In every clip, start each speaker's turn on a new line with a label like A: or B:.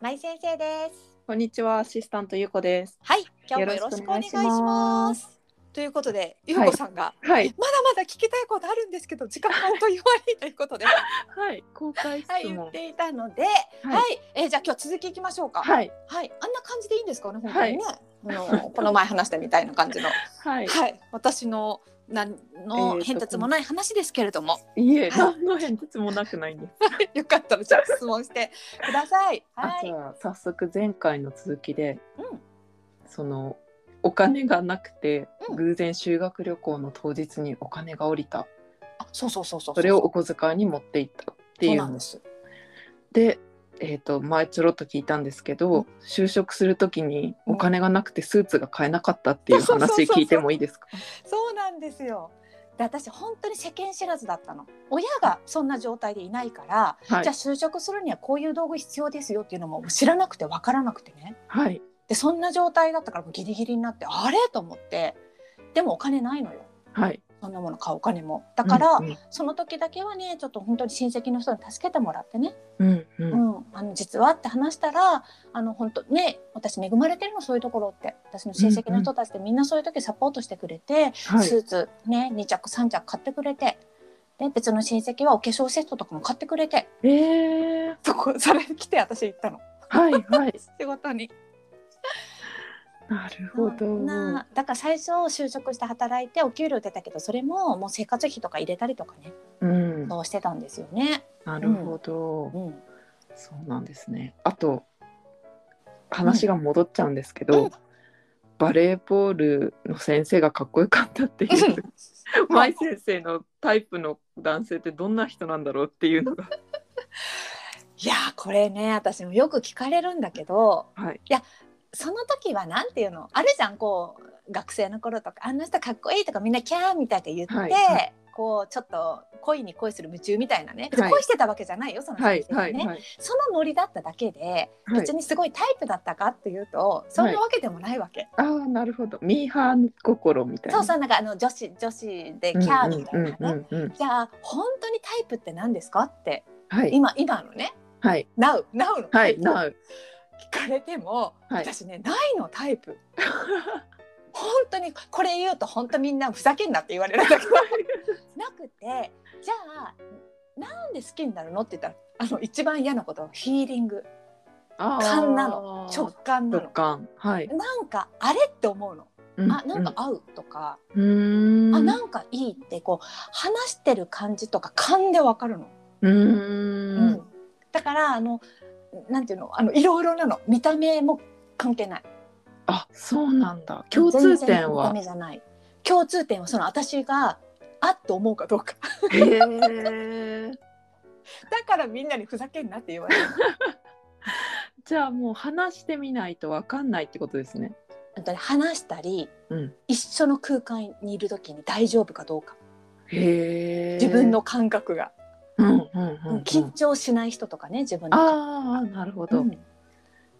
A: まい先生です。
B: こんにちは、アシスタントゆうこです。
A: はい、今日もよろしくお願いします。ということで、ゆうこさんが、
B: はい、
A: まだまだ聞きたいことあるんですけど、時間があっという 間にということで、は
B: はい、公開質
A: い、言
B: 問。
A: っていたので、はい、
B: はい、
A: えーじゃあ今日続きいきましょうか。はい、
B: はい、
A: あんな感じでいいんですかね、本当にね。あのこの前話したみたいな感じの、
B: は い、
A: はい、私のなん
B: えー
A: の
B: と
A: 変哲もない話ですけれども、
B: いえ、
A: はい
B: 何の変哲もなくないんです。
A: よかったらじゃあ質問してください。
B: あ
A: は
B: じ
A: い。
B: ゃあ、早速前回の続きで、
A: うん
B: その。お金がなくて、
A: うん
B: 偶然修学旅行の当日にお金が降りた。
A: あ、そうそうそうそう。
B: それをお小遣いに持っていったって
A: そう
B: いう
A: なん
B: の
A: です。
B: で。えー、と前ちょろっと聞いたんですけど、
A: うん
B: 就職するときに
A: うん
B: お金がなくてスーツが買えなかったっていう
A: そうそうそう
B: 話
A: そう
B: 聞いてもいいですか
A: そうなんですよ。で私本当に世間知らずだったの親がそんな状態でいないから、
B: はい
A: じゃあ就職するにはこういう道具必要ですよっていうのも知らなくて分からなくてね
B: はい
A: でそんな状態だったからもうギリギリになってあれと思ってでもお金ないのよ
B: はい
A: そんなもの買うお金もだから、
B: うん
A: その時だけはねちょっと本当に親戚の人に助けてもらってね、
B: うんうん
A: うんあの実はって話したらあの本当ね私恵まれてるのそういうところって私の親戚の人たちってみんなそういう時サポートしてくれて、
B: は
A: ス
B: い、
A: ーツ、ね、2着3着買ってくれてで別の親戚はお化粧セットとかも買ってくれて
B: えー、
A: そこそれ来て私行ったの
B: はいはい。
A: 仕事に
B: なるほど。
A: なだから最初就職して働いてお給料出たけどそれももう生活費とか入れたりとかね
B: うん、
A: そうしてたんですよね、
B: なるほど、
A: うん、
B: そうなんですね。あと話が戻っちゃうんですけど、
A: うん
B: バレーボールの先生がかっこよかったっていう。 舞先生のタイプの男性ってどんな人なんだろうっていうのが。
A: いやーこれね私もよく聞かれるんだけど
B: はい。
A: その時はなんていうのあるじゃんこう学生の頃とかあんな人かっこいいとかみんなキャーみたいな言って、
B: はいは
A: こうちょっと恋に恋する夢中みたいなね、別に
B: はい
A: 恋してたわけじゃないよ その
B: は
A: 先
B: い
A: 生が
B: は
A: ね、
B: いはい。
A: そのノリだっただけで
B: はい
A: 別、にすごいタイプだったかっていうとそんなわけでもないわけ、
B: ああなるほど。ミーハー心みたいな。
A: そうそうなんかあの女子女子でキ
B: ん
A: ャーみたいなね、
B: うんうんうんうん
A: じゃあ本当にタイプって何ですかって
B: はい
A: 今今のね
B: はい
A: なうなうの
B: は
A: タイ
B: い。
A: プ
B: なう
A: 聞かれても、
B: はい
A: 私ねないのタイプ本当にこれ言うと本当みんなふざけんなって言われるんだけどなくてじゃあなんで好きになるのって言ったらあの一番嫌なことはヒーリング勘な
B: の
A: 直感な
B: 直
A: の
B: 感はい。
A: なんかあれって思うのあなんか合うとか、
B: うーん。
A: あなんかいいってこう話してる感じとか勘でわかるの、
B: うー
A: うん
B: ん。
A: だからあのなんていうのあのいろいろなの見た目も関係ない
B: あ、そうなんだ。共通点は
A: 全然見た。目じゃない共通点はその私があっと思うかどう か
B: へえ。
A: だからみんなにふざけんなって言われる
B: じゃあもう話してみないとわかんないってことですね。
A: 本当に話したり
B: うん。
A: 一緒の空間にいる時に大丈夫かどうか
B: へえ。
A: 自分。の感覚が、
B: うんうんうん、うん。
A: 緊張しない人とかね自分の感覚
B: ああ、なるほど。
A: うん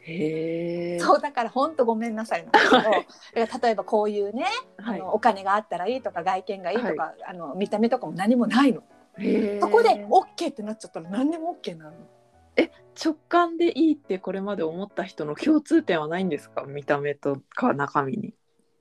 B: へえ。
A: そうだから本当ごめんなさいなんだけど だから例えばこういうね、
B: は
A: あ
B: い。
A: のお金があったらいいとか外見がいいとか、あの見た目とかも何もないの、
B: へえ。
A: そこで OK ってなっちゃったら何でも OK なの
B: 直感でいいってこれまで思った人の共通点はないんですか？見た目とか中身に。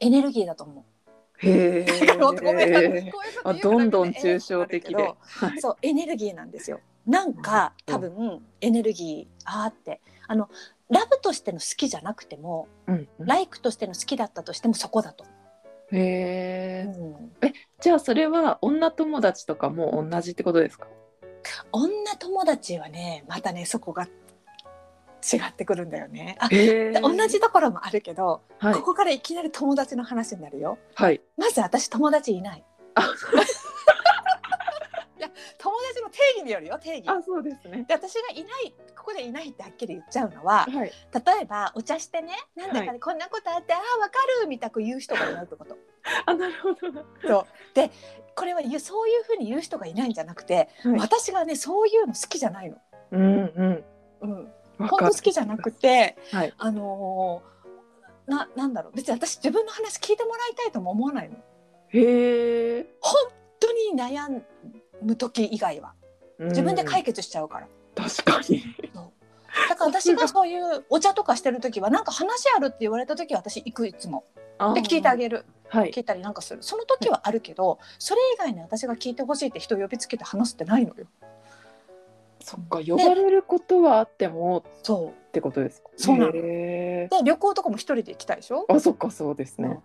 A: エネルギーだと思う
B: へ
A: だ から本当ごめんなさいこういう
B: え。
A: こと
B: あ、
A: 言うから
B: どんどん
A: みな
B: 抽象的
A: えー
B: で
A: ってなる。けどそうエネルギーなんですよなんか
B: うん
A: 多分エネルギーあーってあのラブとしての好きじゃなくても、
B: うんうん。
A: ライクとしての好きだったとしてもそこだと、
B: へえ
A: う。ん、
B: じゃあそれは女友達とかも同じってことですか
A: 女友達はねまたねそこが違ってくるんだよねあ
B: へ
A: で同じところもあるけど、
B: はい
A: ここからいきなり友達の話になるよ
B: はい
A: まず私友達いない
B: あ
A: 友達の定義によるよ定義
B: あそうですね
A: で私がいないここでいないってはっきり言っちゃうのは
B: はい
A: 例えばお茶してねなんだか
B: は
A: ねこんなことあって、ああわかるみたく言う人がいないってこと
B: あなるほどな
A: これは言うそういうふうに言う人がいないんじゃなくて、
B: はい
A: 私がねそういうの好きじゃないの、
B: うんうん
A: うん、本
B: わ
A: 当
B: か
A: 好
B: る
A: きじゃなくて、
B: はい
A: あのーななんだろう別に私自分の話聞いてもらいたいとも思わないの
B: へえ
A: 本当に悩む時以外は自分で解決しちゃうから、
B: 決確かに
A: だから私がそういうお茶とかしてる時はなんか話あるって言われた時は私行くいつも
B: あ ー
A: で聞いてあげる
B: はい
A: 聞いたりなんかするその時はあるけどそれ以外に私が聞いてほしいって人を呼びつけて話すってないのよ
B: そっか呼ばれることはあっても
A: そう
B: ってことですか
A: そうなので
B: へ
A: 旅行とかも一人で行きたいでしょ
B: ーあそっかそうですね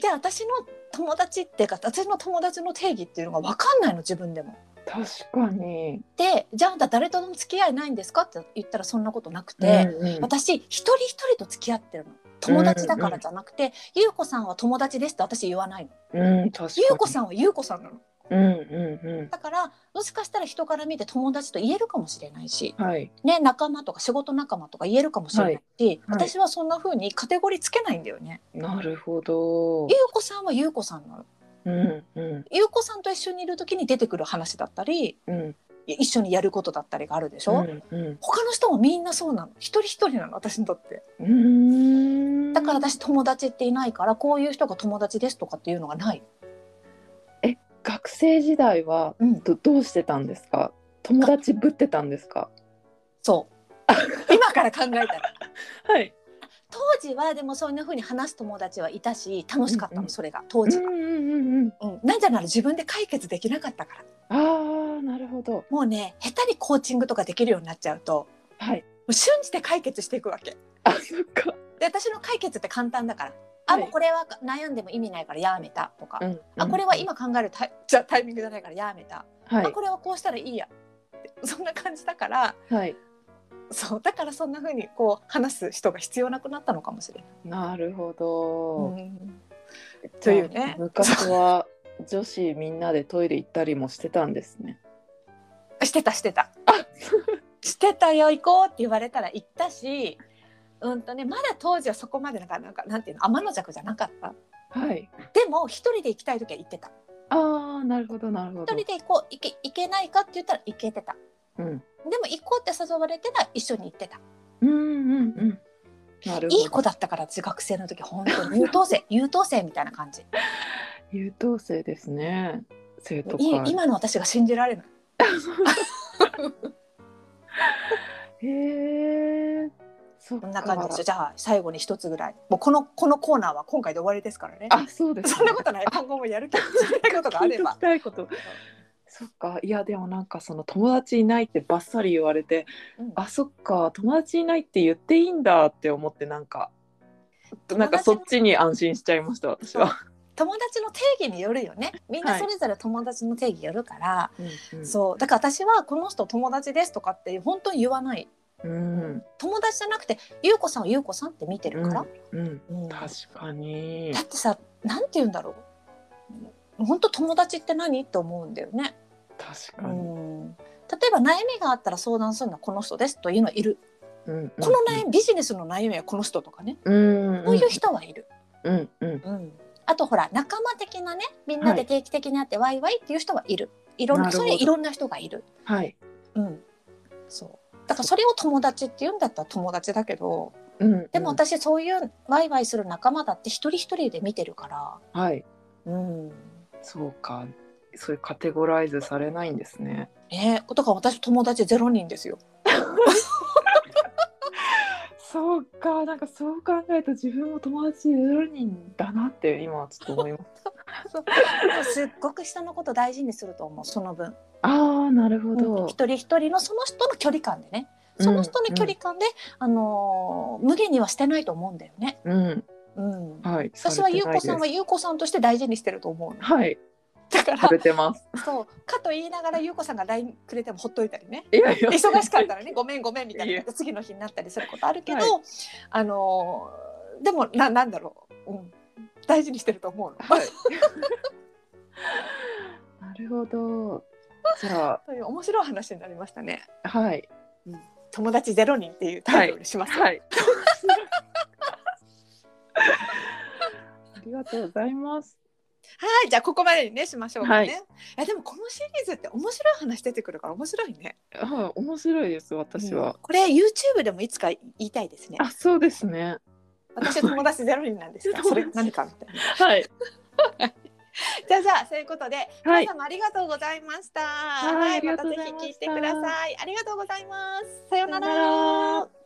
A: で私の友達っていうか私の友達の定義っていうのが分かんないの自分でも。
B: 確かに
A: でじゃああんた誰とも付き合いないんですかって言ったらそんなことなくて、
B: うんうん
A: 私一人一人と付き合ってるの友達だからじゃなくて、ゆうこさんは友達ですって私言わないの
B: うん、確かに。
A: ゆうこさんはゆうこさんなの
B: ん。うんう
A: だからもしかしたら人から見て友達と言えるかもしれないし、
B: ん。はい。
A: ね、仲間とか仕事仲間とか言えるかもしれないし、
B: はい
A: 私はそんな風にカテゴリーつけないんだよね、
B: なるほど
A: ゆ。うこさんはゆうこさんなの
B: うんう
A: ゆうこさんと一緒にいる時に出てくる話だったり
B: んうん。
A: 一緒にやることだったりがあるでしょ、
B: うんうん
A: 他の人もみんなそうなの一人一人なの私にとって。
B: うーん。
A: だから私友達っていないからこういう人が友達ですとかっていうのがない。
B: 学生時代は
A: うん、
B: どどうしてたんですか。友達ぶってたんですか。
A: そう。今から考えたら。
B: はい。
A: 当時はでもそんな風に話す友達はいたし楽しかった
B: うんう
A: の
B: ん
A: それが当
B: うん
A: 時
B: う
A: は。
B: んうんうん。
A: うん、なんじゃなら自分で解決できなかったから。
B: ああ、なるほど。
A: もうね下手にコーチングとかできるようになっちゃうとも
B: はい。
A: う瞬時で解決していくわけ。
B: あ、そっか。
A: で私の解決って簡単だから。あ、
B: はい
A: もうこれは悩んでも意味ないからやめたとか。
B: うん。
A: あこれは。今考えるタイじゃタイミングじゃないからやめた、
B: は
A: あ
B: い
A: これはこうしたらいいやってそんな感じだから
B: はい。
A: そうだからそんな風にこう話す人が必要なくなったのかもしれない。
B: なるほど。
A: というね
B: あ昔は女子みんなでトイレ行ったりもしてたんですね。
A: してたしてた。してたよ行こうって言われたら行ったしうんとねまだ当時はそこまでなんかなんかなんていうの天の弱じゃなかった。
B: はい。
A: でも一人で行きたい時は行ってた。
B: ああ、なるほどなるほ
A: 一
B: ど。
A: 人で行こう行け行けないかって言ったら行けてた。
B: うん。
A: でも行こうって誘われてたら一緒に行ってた。
B: うんうんうん。なるほど。
A: いい子だったから私学生の時本当に優等生 優等生みたいな感じ。
B: 優等生ですね。生徒
A: いい
B: 会。
A: 今の私が信じられない。
B: へえ。そっ
A: こ
B: か
A: んな感じですよ。じゃあ最後に一つぐらい。もうこのこのコーナーは今回で終わりですからね。
B: あ、そうです、
A: そんなことない。今後もや る気がしないことがあ
B: 聞い
A: れ
B: とき
A: ば。
B: たいこと。そっか。いやでもなんかその友達いないってばっさり言われて、
A: うん
B: あそっか友達いないって言っていいんだって思ってなんか。なんかそっちに安心しちゃいました私は。
A: 友達の定義によるよね。みんなそれぞれ友達の定義よるから。そう。だから私はこの人友達ですとかって本当に言わない。
B: うん。
A: 友達じゃなくて、ゆうこさんはゆうこさんって見てるから。
B: うん。うん。
A: うんだ
B: 確かに。
A: ってさ、なんて言うんだろう。本当友達って何って思うんだよね。う
B: 確かに。
A: ん。例えば悩みがあったら相談するのはこの人ですというのはいる。
B: うん。
A: この悩み、ビジネスの悩みはこの人とかね。
B: うん。
A: こういう人はいる。
B: うんうん。
A: うん、あとほら仲間的なねみんなで定期的に会ってワイワイっていう人はいるいろん
B: な
A: な
B: るほ
A: そ
B: ど
A: れいろんな人がいる、
B: はい。
A: うん、そうだからそれを友達って言うんだったら友達だけど
B: うん。
A: でも私そういうワイワイする仲間だって一人一人で見てるか
B: うん。はい。
A: ら、うん
B: そうか。そういうカテゴライズされないんですね。
A: ね、だから私友達ゼロ人ですよ。
B: そうか、なんかそう考えると自分も友達0人だなって今はちょっと思いま す。
A: すっごく人のこと大事にすると思うその分、
B: ああ、なるほ
A: うん
B: ど。
A: 一人一人のその人の距離感でねその人の距離感で、あのー無限にはしてないと思うんだよね。
B: うん。うん、
A: うん、
B: はい。
A: 私は
B: され
A: ゆう
B: てな
A: こ
B: いです
A: さんはゆうこさんとして大事にしてると 思うの
B: はい、
A: だから
B: されてます。
A: そうかと言いながらゆうこさんが LINE くれてもほっといたり ね
B: いやいや、
A: 忙しかったらねごめんごめんみたいな次の日になったりすることあるけど、
B: は
A: あのーでもななんだろう、うん、大事にしてると思うの。
B: はい。なるほど。じゃ
A: という面白い話になりましたね。
B: あ、はい。
A: 友達ゼロ人っていうタイトルにします。
B: はい。 ありがとうございます。
A: はい、じゃあここまでにねしましょうかね。
B: はい
A: い、やでもこのシリーズって面白い話出てくるから面白いね。
B: はい、面白いです。私
A: うん
B: は。
A: これ YouTube でもいつか言いたいですね。
B: あ、そうですね。
A: 私友達ゼロ人なんですが、それ何かみたいな。
B: はい。
A: じゃあじゃあそういうことで、
B: はい
A: 皆様ありがとうございました。
B: い
A: は
B: あ
A: い、
B: り
A: ま
B: が
A: た
B: とう
A: ぜ
B: ございました
A: ひ聞いてください。ありがとうございます。さような
B: さよう
A: ら
B: なら。